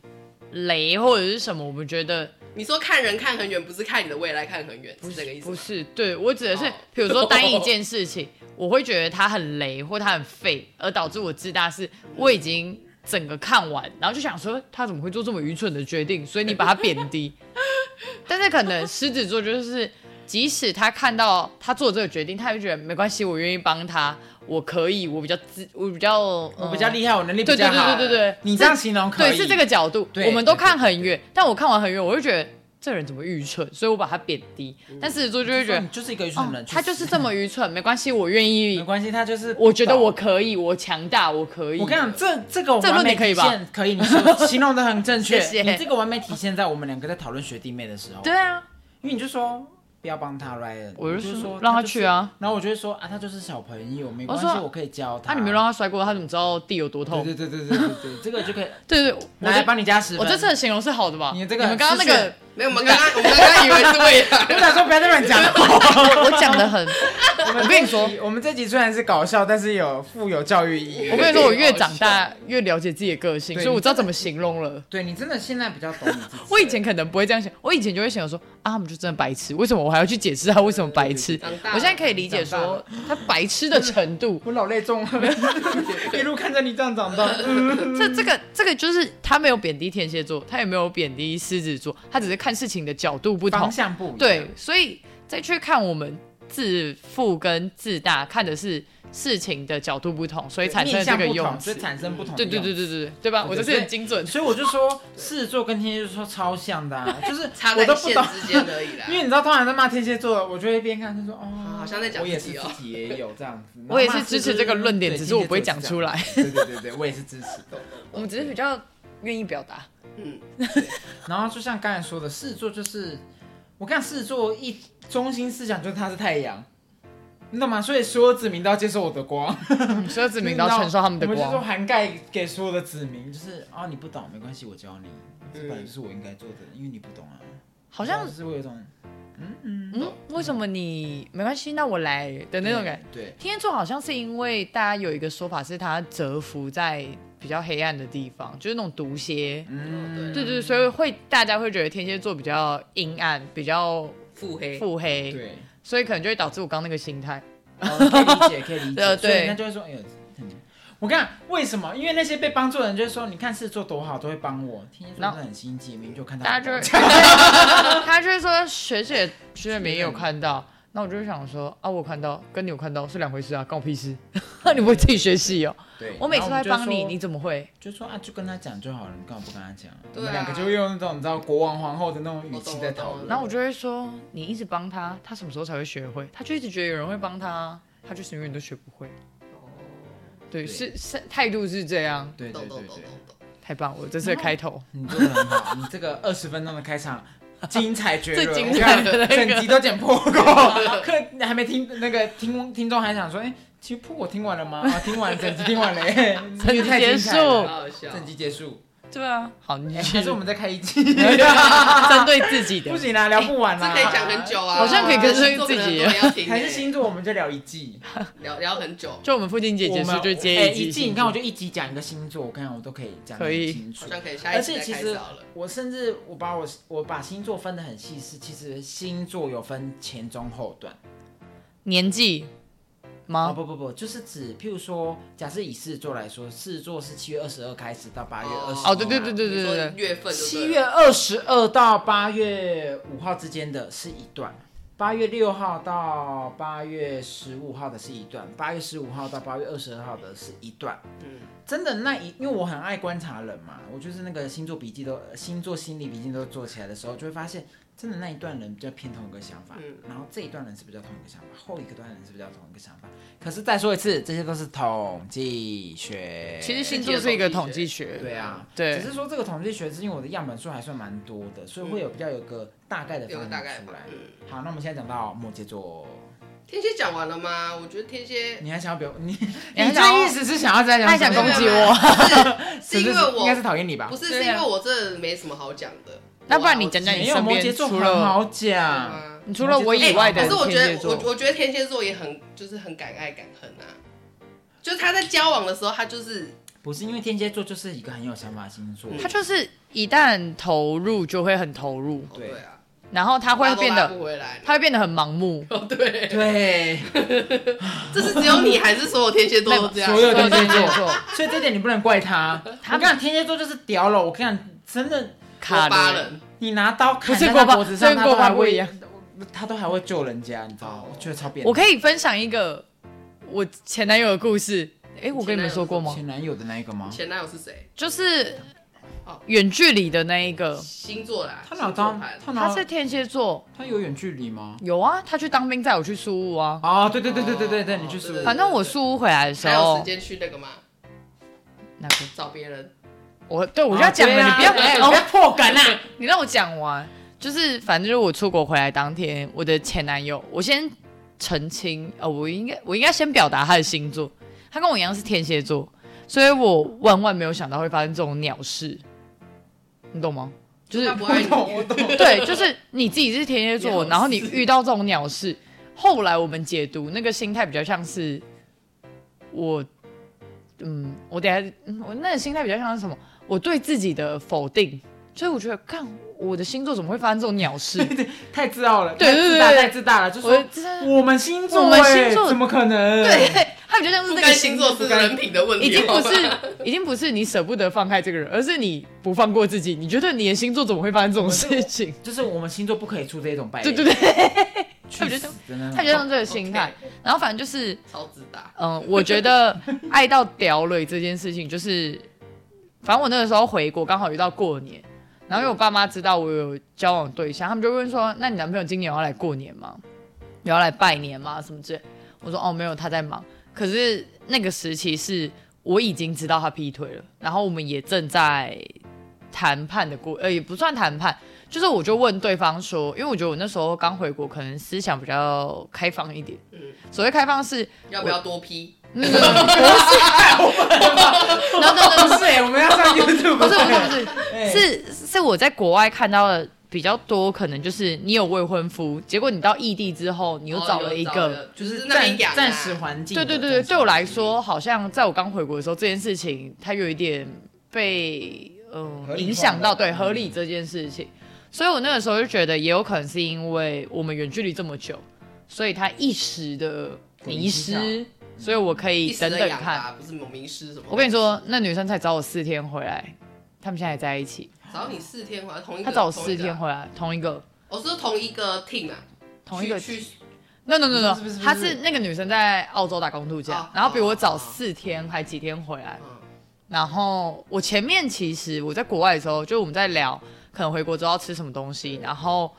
雷或者是什么，我们觉得
你说看人看很远，不是看你的未来看很远，是这个意思
不
吗？
是，对我指的是
哦，
比如说单一件 事情，我会觉得它很雷或它很废，而导致我自大是我已经整个看完，然后就想说他怎么会做这么愚蠢的决定，所以你把它贬低。 但是可能狮子座就是，即使他看到他做这个决定，他就觉得没关系，我愿意帮他，我可以，我比较自，我比较，
我
我
比较厉害，我能力比
嗯对对
较好。
对对对对，
你这样形容可以，
对，是这个角度
对。
我们都看很远，但我看完很远，我就觉得这人怎么愚蠢，所以我把他贬低。但狮子座就会觉
说
得
嗯你，就是一个愚蠢的
哦
人，，去
他就是
死
这么愚蠢，没关系，我愿
没
意，
关系，他就是
我觉得我
不懂。
可以，我强大，我可以。
我跟你讲，这这个
这论
完美
点可以
体
吧
现可以，你说形容的很正确。
谢谢
你这个完美体现在我们两个在讨论学弟妹的时候，
对啊，
因为你就说不要帮他 Ryan，
我
就
就是说
说
让
他
他
就是
去啊。
然后我就会说啊，他就是小朋友，没关系，
我说
我可以教他。
啊，你没有让他摔过，他怎么知道地有多痛？
对对对对对对对， 这个就可以
对对，我
来
这
帮你加十
我
分。
这次的形容是好的吧？
你这个
你们刚刚那
是
个，
没有，我们刚刚我们刚刚以为是未 来，
我想 说不要再乱讲话。
我我讲的 很，
我
我跟你说，
我们这集虽然是搞笑，但是有富有教育意义。
我跟你说，我越长大越了解自己的个性，
对
所以我知道怎么形容了。
对你真的现在比较懂你自己。
我以前可能不会这样想，我以前就会想说啊，他们就真的白痴，为什么我还要去解释他为什么白痴
长大？了
我现在可以理解
长大
说
了
他白痴的程度，
我老泪纵横， 一路看着你这样长大。嗯
这这个这个就是他没有贬低天蝎座，他也没有贬低狮子座，他只是看事情的角度不同
方。向不一样。
对，，所以再去看我们自负跟自大，看的是事情的角度不同，所以产生了
面
这
向
个
不
用
同，所
词
以。产生不同。
对对对。对对对，对吧？
对
我这
所
是
以
很精准。
所以我就说，狮子座跟天蝎座超像的、 啊，就是
插
我
在
都不
线
懂。
之间而已啦
因。为你知道，通常在骂天蝎座，我就会边看就说，哦，
好像在讲
我也
自
是
己哦
自己也有这样子。
我也是支持这个论点，只是我不会讲出
来。
来。
对对对对，我也是支持的。
我们只是比较愿意表达。
嗯，
然后就像刚才说的，狮子座就是，我看狮子座一中心思想就是他是太阳，你懂吗？所以所有子民都要接受我的光，
所有子民都要承受他们的
嗯我就是说
光。
涵盖给所有的子民，就是哦，你不懂没关系，我教你，这本来就是我应该做的，因为你不懂啊。
好像
就是会有一种
嗯，为什么你没关系？那我来的那种感觉。。
对，
天蝎座好像是因为大家有一个说法是他蛰伏在比较黑暗的地方，就是那种毒蝎。
嗯，
对
对，
对，所以会大家会觉得天蝎座比较阴暗，比较
腹黑，
腹黑，
对，
所以可能就会导致我刚那个心态。
哦可以理解，可以理解。
对对
所以人家就会说，哎呦。很我跟你讲，为什么？因为那些被帮助的人就是说，你看狮子座多好，都会帮我。天蝎座真的很心机，明明就看到
大家 就会， 他就会说学姐学姐没有看
嗯
到，那我就会想说啊，我有看到跟你有看到是两回事啊，关我屁事， 你不会自己学习哦。
对，
我每次都在帮你，
然后我们就说
你怎么会？
就说啊，就跟他讲就好了，你干嘛不跟他讲？我
对啊
们两个就会用那种你知道国王皇后的那种语气在
我懂
讨
我
论。
懂
然后我就会说，你一直帮他，他什么时候才会学会？他就一直觉得有人会帮他啊，他就是永远都学不会。对，
对
是是态度是这样，
对对
懂
对
懂懂懂
对，
懂。
太棒了！我这次的开头，
你做的很好，你这个二十分钟的开场。精彩绝伦，
最精彩的那个
我跟你讲整集都剪破过。可还没听那个听听众还想说，哎、其实破我听完了吗？啊，听完整集听完了，哎
整集
太精彩了
好
结
好笑，
整集结束。
对啊，好，你
哎
继
还
续
是我们再开 一集？
针对自己的
不，行啦，聊不完
这
啦。
可以讲很久啊，
好像可以跟
星座可能很多人要听欸
还是星座我们就聊一季。
聊聊很久，
就我们附近姐结
我
束
们
就
哎
接
一
季，
季，你看我就一集讲一个星座，我看我都可以讲得
可以
很清楚
好。像可以下
而
一次
且
再
其
开
实
始好了。
我甚至我把我我把星座分得很细，是其实星座有分前中后段。
年纪
哦
吗？
不不不，就是指譬如说，假设以狮子座来说，狮子座是七月二十二开始到八月二十。
哦，对对对。对对
你说
对对，
月份就
七
对
月
了
二十二到八月五号之间的是一段，八月六号到八月十五号的是一段，八月十五号到八月二十二号的是一段。
嗯，
真的那一，因为我很爱观察人嘛，我就是那个星座笔记都星座心理笔记都做起来的时候，就会发现，真的那一段人比较偏同一个想法，
嗯
然后这一段人是比较同一个想法，后一个段人是比较同一个想法。可是再说一次，这些都是统计学。
其实星座是一个统计学，
对啊，
对
只是说这个统计学是因为我的样本数还算蛮多的，所以会有比较有个大概的
有
方
个
向
大概
出
吧
来。。
嗯，
好，那我们现在讲到摩羯座，
天蝎讲完了吗？我觉得天蝎
你还想要表你
你还
你
想要
这意思是想要再讲
他还想
什么
攻击
没有没有
我，
是因为
应该是
我
讨厌你吧
不？是
对啊
是因为我这没什么好讲的。
那
我
不然你
我
讲讲
没
你
有
身
摩
边
羯座
除
很
了嗯
好讲，
吗？
你除了我以外的
可
人
是我觉
天
得
蝎
我
座，
我觉得天蝎座也很就是很敢爱敢恨啊，就是他在交往的时候，他就是
不是因为天蝎座就是一个很有想法的星座，
他就是一旦投入就会很投入，
哦
对
对啊，
然后他会变
拉都拉
得
不回来。
他会变得很盲目。
哦对，
对，
这是只有你还是所有天蝎座都这样？
所有
天
的天
蝎
蝎
座
座，所以这点你不能怪他。我跟你讲，天蝎座就是屌了，我跟你讲，真的，
卡
巴
了
人，
你拿刀
不
砍
是
在
锅
他
巴
脖子上，
这跟
他
锅
都
巴
还
不一
会
样，
他都还会救人家，你知道吗？我觉得超变态。
我可以分享一个我前男友的故事。哎、我跟你们说过吗？
前男友的那一个吗？
前男友是谁？
就是
哦
远距离的那一个，
星座啦，
他哪
星座
当
盘？
他
他
哪
是天蝎座，
他有远距离吗？
有啊，他去当兵，载我去苏屋啊。
哦，对对对对对对对，
哦
你去说
对。
反正我苏屋回来的时
还有时
候，
间去那个吗？
那个
找别人？
我对我就要讲了，
对啊
你不要
哎
哦
不要破梗啊！
你让我讲完。就是反正就是我出国回来当天，我的前男友，我先澄清，呃，我应该我应该先表达他的星座，他跟我一样是天蝎座，所以我万万没有想到会发生这种鸟事，你懂吗？就是
他不爱你，
对，就是你自己是天蝎
鸟
座，
事
然后你遇到这种鸟事，后来我们解读那个心态比较像是我，嗯，我等一下，嗯我那个心态比较像是什么？我对自己的否定，所以我觉得，看我的星座怎么会发生这种 鸟事？
太自傲了，
对
太
对
自大
对对
太自大了，就
我
说
真
嗯
的
我们星座
我
欸，
们星座
怎么可能？
对，他比较像是
不
那
该
个
星座是人品的问题，
已经不
好吧
是，已经不是你舍不得放开这个人，而是你不放过自己。你觉得你的星座怎么会发生这种事情？
就是我们星座不可以出这种败类，
对对对，他
去死，
觉得
真的
他比较像这个 心态。然后反正就是，
超自大，
嗯，我觉得爱到屌了这件事情，就是，反正我那个时候回国刚好遇到过年，然后因为我爸妈知道我有交往对象，他们就问说：“那你男朋友今年有要来过年吗？有要来拜年吗？什么之类？”我说：“哦，没有，他在忙。”可是那个时期是我已经知道他劈腿了，然后我们也正在谈判的过，呃，也不算谈判。就是我就问对方说，因为我觉得我那时候刚回国，可能思想比较开放一点。嗯，所谓开放是
要不要多批？
no no no，
不是欸，我们要上 YouTube，
不是不是不是，
哎
是是我在国外看到的比较多，可能就是你有未婚夫，结果你到异地之后，你又找了一
哦有
个。
就那边养啊
暂时环境
对对
的，
对
暂
对，
时
对我来说，好像在我刚回国的时候，这件事情它有一点被嗯、
合理化
影响到，
了
对
嗯
合理这件事情。所以我那个时候就觉得，也有可能是因为我们远距离这么久，所以他一时的迷
滚
失，所以我可以
一时
等
的
等
养
看。
啊，不是某名师什么的。
我跟你说，那女生才找我四天回来，他们现在还在一起。
找你四天回来，同一个
他找我四天
回
回来，同一个，
我是说同一个 team 啊，
同一个。
去去
no no no no，
不是不是不是
他是那个女生在澳洲打工度假
哦，
然后比我早
哦
四天还几天回来。
嗯
然后我前面其实我在国外的时候，就我们在聊可能回国之后要吃什么东西，然后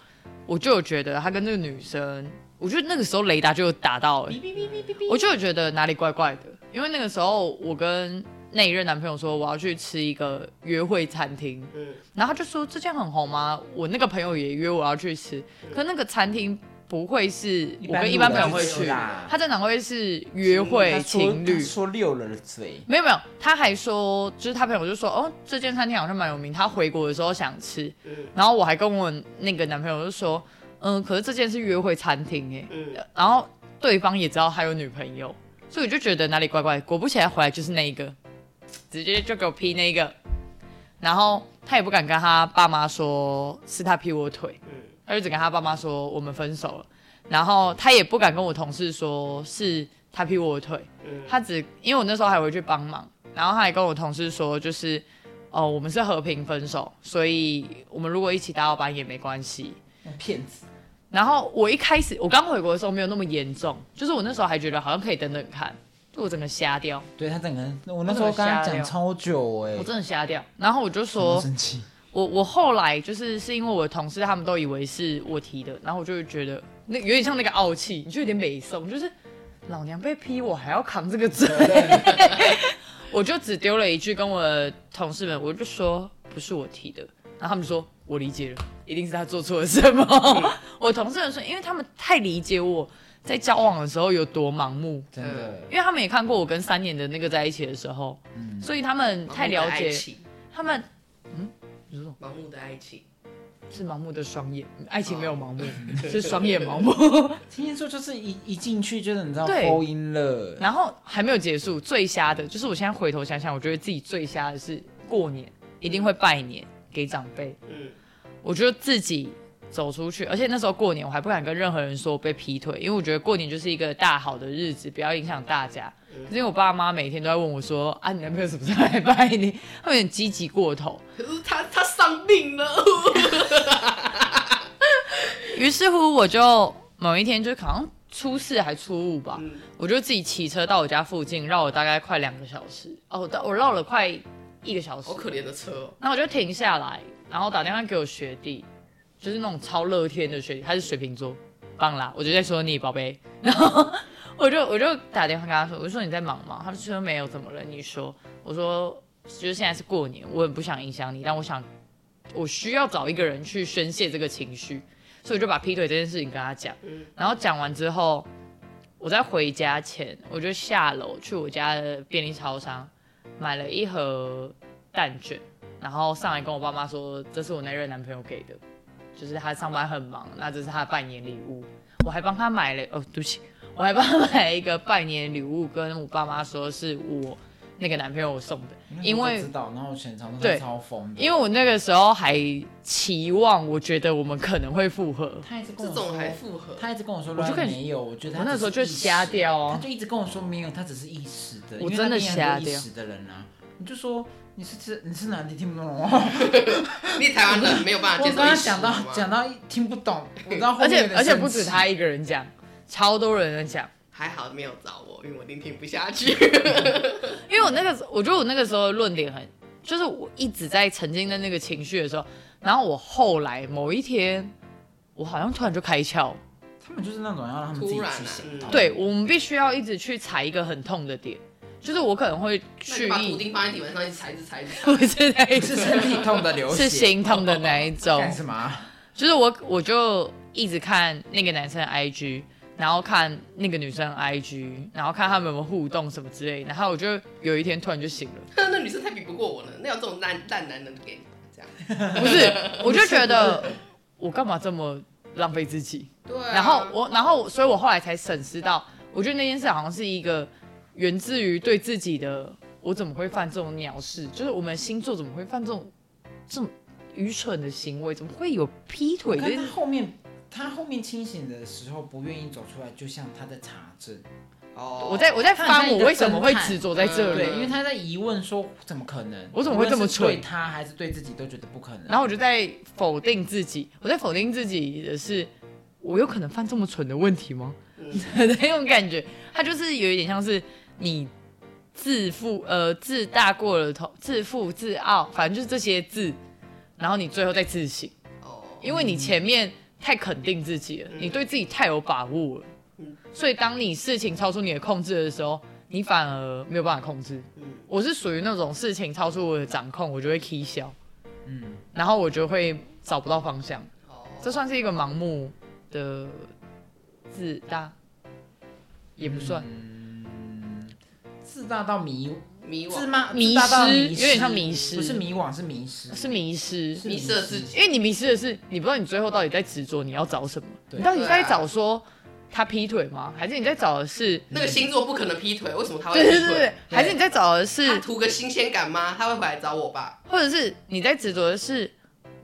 我就有觉得他跟那个女生，我觉得那个时候雷达就有打到了、
嗯
我就有觉得哪里怪怪的，因为那个时候我跟那一任男朋友说我要去吃一个约会餐厅，
嗯
然后他就说这间很红吗？我那个朋友也约我要去吃，可那个餐厅不会是我跟一般朋友会去，
啦
他正常会是约会
他说
情
他
侣。
说溜了的嘴，
没有没有，他还说，就是他朋友就说，哦，这间餐厅好像蛮有名，他回国的时候想吃，
嗯
然后我还跟我那个男朋友就说，嗯，可是这间是约会餐厅哎，
嗯，
然后对方也知道他有女朋友，所以我就觉得哪里怪怪，果不其然回来就是那一个，直接就给我劈那一个，然后他也不敢跟他爸妈说是他劈我腿，
嗯
他就只跟他爸妈说我们分手了，然后他也不敢跟我同事说是他劈我腿，
嗯
他只因为我那时候还回去帮忙，然后他还跟我同事说，就是哦，我们是和平分手，所以我们如果一起打到班也没关系。
骗子，
然后我一开始我刚回国的时候没有那么严重，就是我那时候还觉得好像可以等等看，就我整个瞎掉，
对他整个人，我那时候跟他讲超久哎，
我真的瞎掉。然后我就
好
说，
生气，
我我后来就是是因为我的同事他们都以为是我提的，然后我就觉得那有点像那个傲气，你就有点美颂，就是老娘被批我还要扛这个责 我就只丢了一句跟我的同事们，我就说不是我提的，然后他们就说我理解了，一定是他做错了什么。
嗯
我同事们说，因为他们太理解我在交往的时候有多盲目，
真的，
因为他们也看过我跟三年的那个在一起的时候，所以他们太了
嗯盲目的爱
解，
情，
他们
盲目的爱情，
是盲目的双眼，爱情没有盲目，是双眼盲目。
天蝎座就是一一进去就是你知道
对
fall in love，
然后还没有结束，最瞎的就是我现在回头想想，我觉得自己最瞎的是过年一定会拜年给长辈。
嗯
我就自己走出去，而且那时候过年我还不敢跟任何人说我被劈腿，因为我觉得过年就是一个大好的日子，不要影响大家。可是因为我爸妈每天都在问我说啊，你男朋友什么时候来拜你？ 他们有点积极过头。
可是他他伤病了，
于是乎，我就某一天就好像初四还初五吧，
嗯
我就自己骑车到我家附近，绕了大概快两个小时。哦，我到我绕了快一个小时
好，可怜的车哦，
然后我就停下来，然后打电话给我学弟，就是那种超乐天的学弟，他是水瓶座，棒啦！我就在说你宝贝， 然后我就我就打电话跟他说，我就说你在忙吗？他就说没有，怎么了？你说，我说就是现在是过年，我很不想影响你，但我想我需要找一个人去宣泄这个情绪，所以我就把劈腿这件事情跟他讲。
嗯
然后讲完之后，我在回家前，我就下楼去我家的便利超商买了一盒蛋卷，然后上来跟我爸妈说，这是我那任男朋友给的，就是他上班很忙，那这是他的拜年礼物。我还帮他买了，哦，对不起，我还帮他买了一个拜年礼物，跟我爸妈说是我那个男朋友送的，因
我
为
知道，然后全场都
对
在超疯的，
因为我那个时候还期望，我觉得我们可能会复合，
他一直跟
这
我说
种还复合，
他一直跟我说，
我就跟你
没有，我觉得
我
他
那
只
时候
是
就
一时
瞎掉哦
他就一直跟我说没有，他只是一时的，
我真的瞎
瞎
掉
一时的人啊，你就说你是吃你是哪里听不懂啊？
你台湾人没有办法
我
接
刚
受一
刚
时
讲到
好吗
讲到一听不懂，我知道后
而
面有
且
点
而且
生
不止
气
他一个人讲，超多人在讲。
还好没有找我，因为我一定听不下去。
因为我那个时候，我觉得我那个时候的论点很，就是我一直在沉浸在那个情绪的时候，然后我后来某一天，我好像突然就开窍，
他们就是那种要让他们自己
突然
去
啊
想，，
嗯，
对我们必须要一直去踩一个很痛的点，就是我可能会
那你
去
就把图
意，
钉放在地板上一直踩，一直 踩，一直踩。
不是那一种，
是身体痛的流血，
是心痛的那一种
干，什么啊？
就是我我就一直看那个男生的 IG，然后看那个女生的 IG，然后看他们有没有互动什么之类的，然后我就有一天突然就醒了。
那女生太比不过我了，那有这种烂烂男人给你这样。
不是，我就觉得我干嘛这么浪费自己？
对、啊，
然后我，然后，所以我后来才审视到，我觉得那件事好像是一个源自于对自己的，我怎么会犯这种鸟事？就是我们星座怎么会犯这种这种愚蠢的行为？怎么会有劈腿
可
的
是他？后面他后面清醒的时候不愿意走出来，就像他在查证，
哦，
我在我在
他很像
翻
一
我
个
为什么会
侦探嗯
执着在这里
对，，因为他在疑问说怎么可能？
我怎么会这么蠢
无论是对他还是对自己都觉得不可能。
然后我就在否定自己，我在否定自己的是，我有可能犯这么蠢的问题吗？
嗯
那种感觉，它就是有一点像是你自负呃自大过了头，自负自傲，反正就是这些字，然后你最后再自省，
哦，
因为你前面太肯定自己了，
嗯
你对自己太有把握了
嗯，
所以当你事情超出你的控制的时候，你反而没有办法控制。
嗯
我是属于那种事情超出我的掌控，我就会 K 消。
嗯，
然后我就会找不到方向，
哦，
这算是一个盲目的自大，也不算、
嗯自大到迷
迷惘，
自骂
迷
自大到
失
迷
有点像迷失
不是迷惘是迷失，
是迷失，
迷失了自己
因为你迷失的是你不知道你最后到底在执着你要找什么，
对
你到底在
对啊
找说他劈腿吗？还是你在找的是
那个星座不可能劈腿，为什么他会劈
对对
腿？
对对，还是你在找的是
他，图个新鲜感吗？他会回来找我吧？
或者是你在执着的是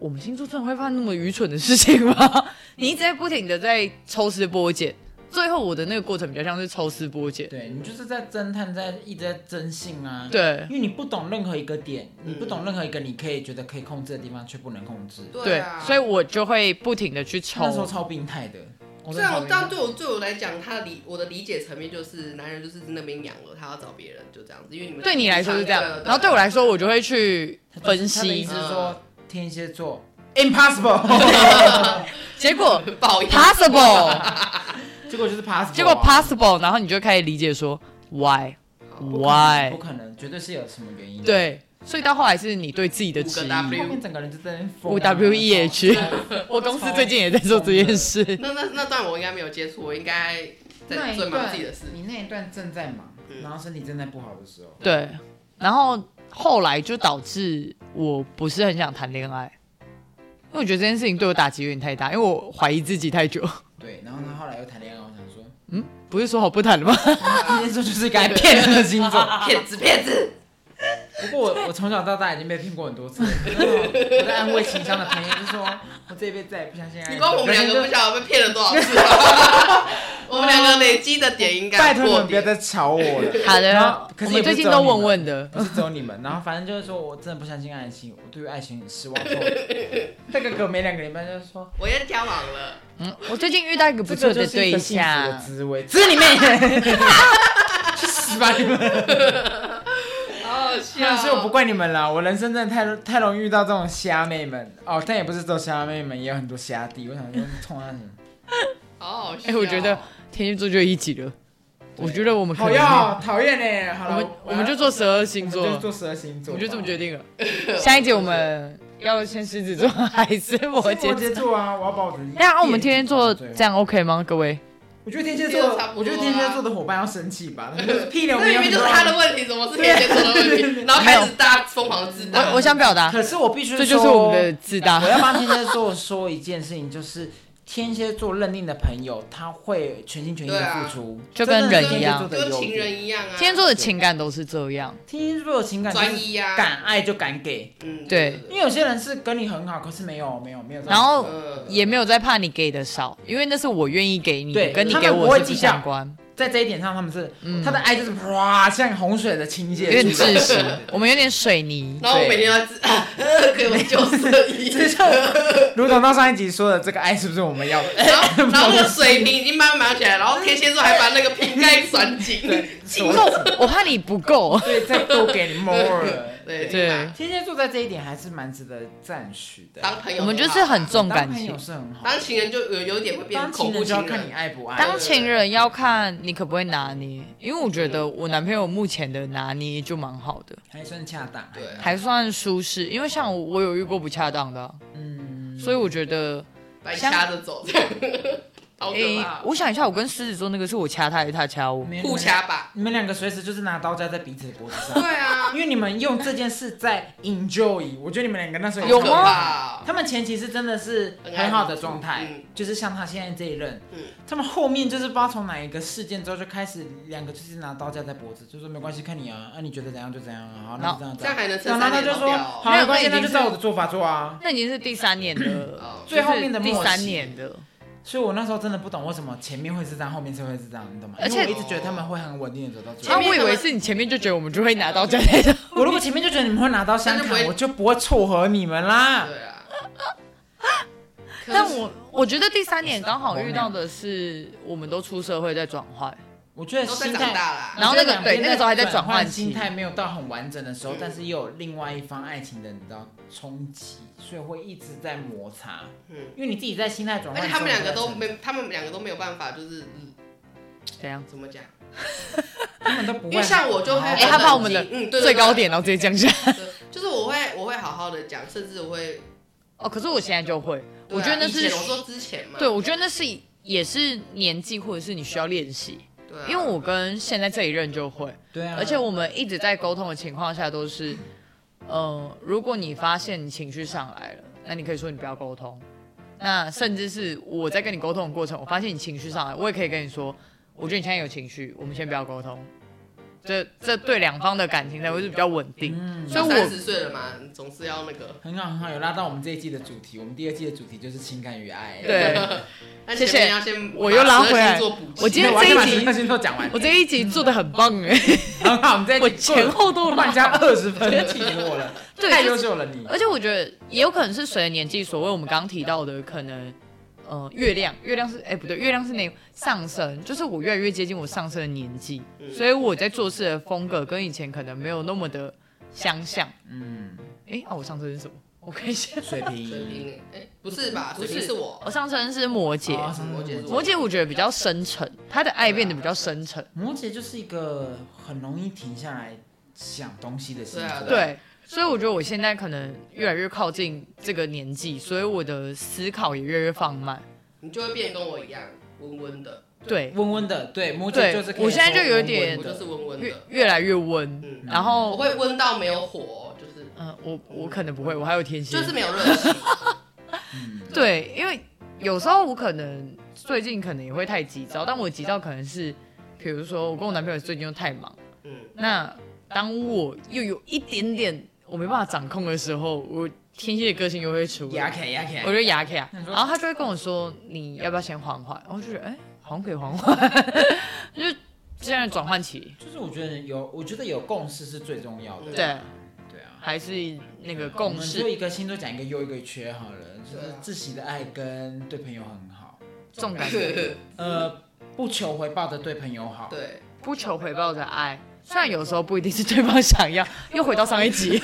我们星座真的会犯那么愚蠢的事情吗？ 你一直在不停的在抽丝剥茧，最后我的那个过程比较像是抽丝剥茧，
对你就是在侦探，在一直在征信啊。，
对。嗯
因为你不懂任何一个点，你不懂任何一个你可以觉得可以控制的地方，却不能控制。
对
啊，，
所以我就会不停的去抽
那时。候超病态的，
我
虽
真的
然
超
我
明
当然
白
对我对我来讲，他的理我的理解层面就是，男人就是那边痒了，他要找别人，就这样子。因为你们
对你来说是这样，然后对
对啊
我来说，我就会去
他就是
分
他的意
析啊
思，是说天蝎座 impossible，
结果
我报应
possible，
结果就是 possible，
结果
啊
possible，然后你就开始理解说 why
不可能
why，
不可能，绝对是有什么原因。，
对，所以到后来是你对自己的质
五
疑
个。W
后面整个人就在那边疯啊
O W E H，我公司最近也在做这件事，
那那那段我应该没有接触，我应该
那
在
一
做忙
段
自己的事。
你那一段正在忙，
嗯
然后身体正在不好的时候，
对，然后后来就导致我不是很想谈恋爱，因为我觉得这件事情对我打击有点太大，因为我怀疑自己太久，
对，然后他后来又谈恋爱，我想说，
不是说好不谈了吗？
天蝎座就是该骗人的星座。
骗子骗子，
不过我我从小到大已经被骗过很多次了，然后我在安慰情商的朋友，就说我这一辈子再也不相信爱情。
你光我们两个不晓得被骗了多少 次了。我们两个累积的点应该
拜托你
破
们不要
点。
再吵我了。
好
然后
的，哦
可
我
是
们
也不
最
是
近
只有
都
你
问
们
问的，
不是只有你们，然后反正就是说我真的不相信爱情，我对于爱情很失望透顶。大概隔没两个礼拜就说，
我要交往了，
嗯，我最近遇到一个不
这
错
个
的
就是一
对
个幸福的
象，
滋味，只是你妹， 去死吧你们！
好好
那
笑
所以我不怪你们啦，我人生真的太太容易遇到这种虾妹们哦，但也不是只有虾妹们，也有很多虾弟。我想说，冲他们，
好好笑。
哎我觉得天蝎座就一级了，我觉得我们可
讨
能
厌哦讨厌呢。好
我
了
们，我们就
要
做十二
我
星
们
座
就，做十二星座，
我就这么决
定。
定了。下一节我们要先狮子座还是摩羯
天蝎
座？
座啊，我要把我的。
哎
那我们天蝎座
对
这样 OK 吗？各位，
我觉得天蝎
这
座
个差不多啊，
我觉得天蝎座的伙伴要生气吧，他们 就是屁
这
两没
明
有
明
很
就
啊
多
是他的问题，怎么是天蝎座的问 题？然后开始大家疯狂自大。
我我想表
啊
达，
可是我必须说，
这就是我们的自大
我。要帮天蝎座说一件事情，就是天蝎座认定的朋友，他会全心全意的付出，
对啊就跟人一样
这
跟
是天蝎座的优
情
点。
人一样啊，
天蝎座的情感都是这样，
天蝎座的情感就
专
是
一啊，
敢爱就敢给，
嗯，
对
因为有些人是跟你很好，可是没有没有没有这
然
样。
后
呃
也没有在怕你给的少，因为那是我愿意给你的，
对
跟你
他
给
们不
我
会
是不
计较
相关，
在这一点上，他们是、
嗯
他的爱就是哗，像洪水的倾泻
有点
出来，
窒息，我们有点水泥。
然后我每天要自 啊，给我救生衣，
如同到上一集说的，这个爱是不是我们要 的？
然后然后那个水瓶已经慢慢起来，然后天蝎座还把那个瓶盖拴紧，
不够，我怕你不够。
对，再多给你 more。
对
对，
天蝎座在这一点还是蛮值得赞许的。
当朋友
我们
很
就
好
是很重
当
感
朋
情
友。是很好，
当情人就有有点会变成
当
恐
情
怖
人就要
情
看你
人，
啊
爱不爱。
当情人要看你可不可以拿捏，因为我觉得我男朋友目前的拿捏就蛮好的，
还算恰当。
对啊
还算舒适。因为像我，我有遇过不恰当的啊、
嗯，
所以我觉得，
把你掐着走，这样 好可
诶、
怕，哦
我想一下，我跟狮子座那个是我掐他，还是他掐我？
以
互掐吧，
你们两个随时就是拿刀架在彼此的脖子
对
上，
啊，
因为你们用这件事在 enjoy。我觉得你们两个那时候
有
好
吗
可怕哦
他们前期是真的是很好的状态，
嗯
就是像他现在这一任，
嗯
他们后面就是不知道从哪一个事件之后就开始两个就是拿刀架在脖子，就说没关系，看你啊，啊你觉得怎样就怎样啊，好那就这样
这样
子。
还能撑
然后
三
他
年
就
老
说
掉
好
哦？
没有
没关系，
那
那
已经
就是照我的做法做啊。
那已经是第三年了
哦，
最后面的
就是第
默
三
契
年的，
所以我那时候真的不懂为什么前面会是这样，后面是会是这样，你懂吗？
而且
因为我一直觉得他们会很稳定的走到最
前
啊，
后。
面
我以
他
为
们
是你前面就觉得我们就会拿到这类的，
我如果前面就觉得你们会拿到相
那就不
看，
会
我就不会撮合你们啦。
对啊，可
但
是
我我觉得第三年刚好遇到的是我们都出社会在转换，
我觉得
都在
心
长
态
大啦，
然后那个
我觉得
对那个时候还在转换
换
期
心态没有到很完整的时候
嗯，
但是又有另外一方爱情的你知道冲击，所以会一直在摩擦。
嗯，
因为你自己在心态转
而
换
且
的时
他
候，
们两个都
你在成
没，他们两个都没有办法，就是嗯
怎样？
怎么讲？
长，他们都不会。
因为像我就会，
哎
很
啊他怕我
冷
们的
静嗯对
最高，点，然后直接降下。
对对对就是我会我会好好的讲，甚至我会，
哦，可是我现在就会，
对啊
我觉得那
以
是
前我说之前嘛，
对，我觉得那是也是年纪或者是你需要练习，
对啊，
因为我跟现在这一任就会，
对啊，
而且我们一直在沟通的情况下都是，呃，如果你发现你情绪上来了，那你可以说你不要沟通，那甚至是我在跟你沟通的过程，我发现你情绪上来，我也可以跟你说，我觉得你现在有情绪，我们先不要沟通，这这对两方的感情才会是比较稳定。
嗯
所以
三
我
十岁了嘛，你总是要那个。
很好很好，有拉到我们这一季的主题。我们第二季的主题就是情感与爱。
对，
那
谢
前
谢
面要先
我又拉回来
做补齐
我今天
我
这一
先把
集
十二星座讲完。
我这一集做的很棒哎、
很好，我们这一集
我前后都
过了慢加二十分，气死我了，
对
太
就
优秀了你。
而且我觉得也有可能是随着年纪，所谓我们刚刚提到的，可能呃月亮，月亮是哎、不对，月亮是那上升，就是我越来越接近我上升的年纪，
嗯
所以我在做事的风格跟以前可能没有那么的相像。
嗯，
哎、啊，我上升是什么？我看一下，
水
水
平。
瓶，哎，不是吧？
不
水
是
瓶是我，
我上升是摩羯，
啊上
摩羯
升
座
哦摩羯我觉得比较深沉，他的爱变得比较深沉。
摩羯就是一个很容易停下来想东西的星
对啊
座。
啊
对，所以我觉得我现在可能越来越靠近这个年纪，所以我的思考也越来越放慢。
你就会变得跟我一样温温的，
对，
温温的，对，摩羯
对
就是可以
我现在
说
就有
温
点
温
我
的
就是温温
越哦
的，
越来越温，
嗯，
然
我
后
会温到没有火，就是
嗯、我我可能不会，我还有天蝎，
就是没有热 情，
对，因为有时候我可能最近可能也会太急躁，但我急躁可能是，比如说我跟我男朋友最近又太忙，
嗯，
那当我又有一点点我没办法掌控的时候，我天蝎的个性又会出
牙
来，
起来牙起
我
来。
就牙起来，
你说
然后他就会跟我说你要不要先缓缓，然后我就觉得哎、好像可以缓缓， 就是现在转换期，
就是我觉得有，我觉得有共识是最重要的。
对，
对啊，
还是那个
我
共
们
识
就一个星座讲一个优一个缺好了，就
对
是
啊
自己的爱跟对朋友很好，
这种感觉。
呃，不求回报的对朋友好。
对，
不求回报的爱，虽然有时候不一定是对方想 要。又回到上一集，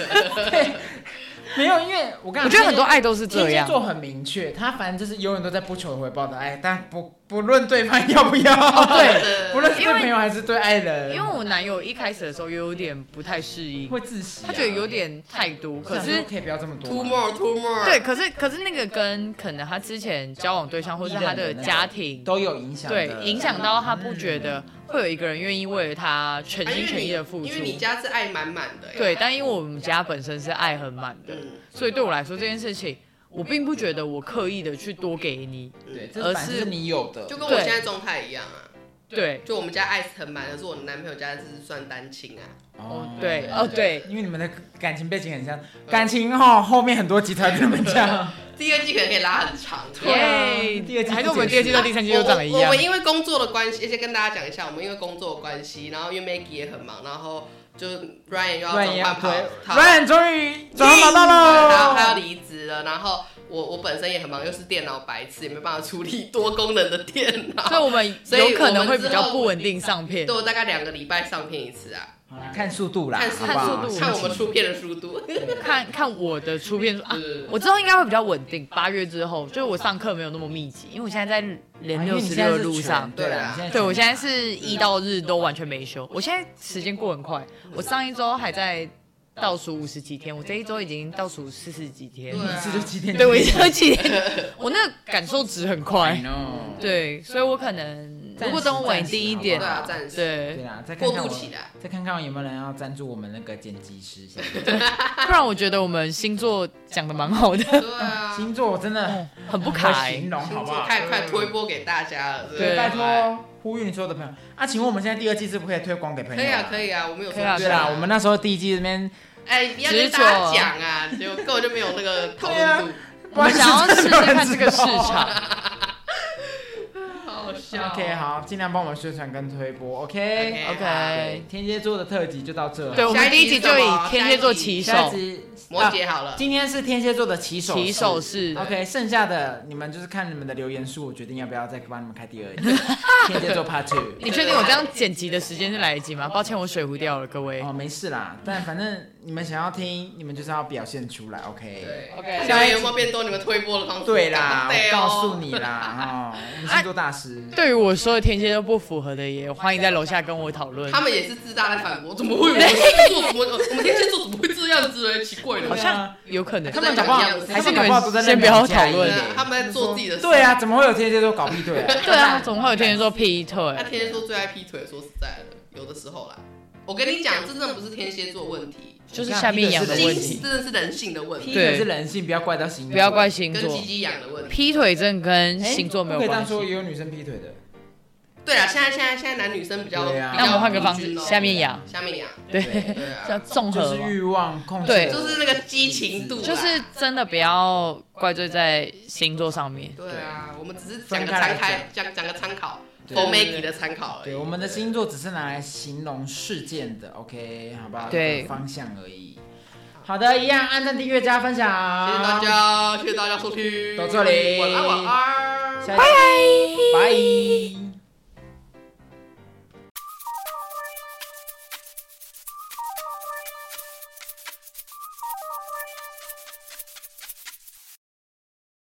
没有，因为我刚
我觉得很多爱都是
天
这
蝎
样。
座很明确，他反正就是永远都在不求回报的爱，但不不论对方要不要，
哦对，
不论是对朋友还是对爱人，
因为我男友一开始的时候也有点不太适应，
会窒息啊、
他觉得有点太多，可
想说
是。
可以不要这么多
Two
吗。
more, two more。
对，，可是可是那个跟可能他之前交往对象或是他的家庭
都有影响的，
对，影响到他不觉得会有一个人愿意为了他全
啊、因
心
为
全
你
意的付出
因。为你家是爱满满的。，
对，但因为我们家本身是爱很满的，
嗯，
所以对我来说这件事情，我并不觉得我刻意的去多给你。
对，这
而
反正
是
是你有的，
就跟我
对
现在状态一样啊。
对，
就我们家爱是很满，可是我男朋友家是算单亲啊。
哦
哦，
对，哦对，
因为你们的感情背景很像，感情后后面很多集团这么讲，
第二季可能可以拉很长。
对啊
耶
第二季
还是
就
我们
结
第二
束
季到第三季都长得一样
啊我我。们因为工作的关系，先跟大家讲一下，我们因为工作的关系，然后因为 Maggie 也很忙，然后就 Ryan 又要
乱也
转换
要
跑
推，
跑
乱终于找到马
然后他要
到喽。
离职了，然后我我本身也很忙，又是电脑白痴，也没办法处理多功能的电脑，
所以我们
所以
有可
我
能
们
会
之
比较
后
不稳定上片
对。我大概两个礼拜上片一次啊，
好啦看速度啦，
看
好
速
不好
度，看我们出片的速度。
看看我的出片啊
是，
我之后应该会比较稳定。八月之后，就是我上课没有那么密集，因为我现在在连
啊因
六
为你
十
现
六
在
的
是
路
全
上。
对
对
啦，
啊
你现在
对，
全
我现在是一到日都完全没休，我现在时间过很快，我上一周还在倒数五十几天，我这一周已经倒数四十几天，
对
一次就几天，
对我已经哎有几天，我那个感受值很快
I，know
对，所以我可能
暂
如果等我
时暂
稳
时
定一
好不
点
对
好，
啊，暂时
对
对，啦，再看
过
看
渡
我，
期啦，
再看看有没有人要赞助我们那个剪辑师。谢谢
不然我觉得我们星座讲的蛮 好的，
对啊，
星座我真的
很不
很
卡
会
欸
形容，好
星
不
座
好？
太快推播给大家了，
对
对，拜
拜托，
托呼吁你所有的朋友啊，请问我们现在第二季是不是可以推广给朋友？
可以啊，
以。
可以啊，我们有
可以啊
说
对啦，我们那时候第一季这边
哎，你要跟大家讲啊，结果根本就没有那个讨
啊
论度，
我们想要试试看这个市
不好意思真的没有人知道
场。
好好笑哦。
OK，好，尽量帮我们宣传跟推播。
OK，
OK，
OK，
天蝎座的特辑就到这。
对，我
下
们
一
第一
集
集
是
就
什
以
么
天
下
蝎
一
座
集
骑手
下一集啊
摩羯好了，
今天是天蝎座的骑手，
骑手。是
OK，剩下的你们就是看你们的留言数，我决定要不要再帮你们开 第二集。天蝎座 Part Two。
你确定我这样剪辑的时间是来得及吗？抱歉，我水壶掉了，各位。
哦，没事啦，但反正你们想要听，你们就是要表现出来，OK？
对
OK
下一集有没有变多？你们推播的方式？
对啦，
对
我
哦
告诉你啦， 哈，我们星座大师，
对于我说的天蝎都不符合的，也欢迎在楼下跟我讨论。
他们也是自大在反驳，怎么会我们天蝎座怎么我们天蝎座怎么会这样子哎呢？奇怪
好
了。
像有可能
他。们搞不好
还是
他们搞不好都在那边
先不要
加一
讨论
对啊他们在做自己的事。
对，啊，怎么会有天蝎座搞屁对啊？
对啊，总会有天蝎座劈腿
他。天蝎座最爱劈腿，说实在的，有的时候啦。我跟你讲，这真的不是天蝎座问题，
就是下面养的
这是
问
心
人
题
性，
真的是人性的问
劈
题，
腿是人性，不要怪到星座，
不要怪星
跟
座
鸡。鸡养的问题。
劈腿真的跟星座没
不可
有
以这样
关
说，
系。
也有女生劈腿的，
对啊啦，现在现在现在男女生比较，
对啊
比较
那我们换个方
平
式，
均哦
下面养，
下面养，
对，
对啊，
叫综
就
合
是
嘛，
欲望控制，
对
就是那个激情度啦，
就是真的不要怪罪在星座上面。
对啊，我们只是讲
分
个
开来
参开，讲讲个参考
对
for Maggie 的参考而已。
对，我们的星座只是拿来形容事件的，OK，好吧？
对
一个方向而已。好的，一样，按赞、订阅、加分享，
谢谢大，家，谢谢大家收听，
到这里
晚安晚安，
下一拜。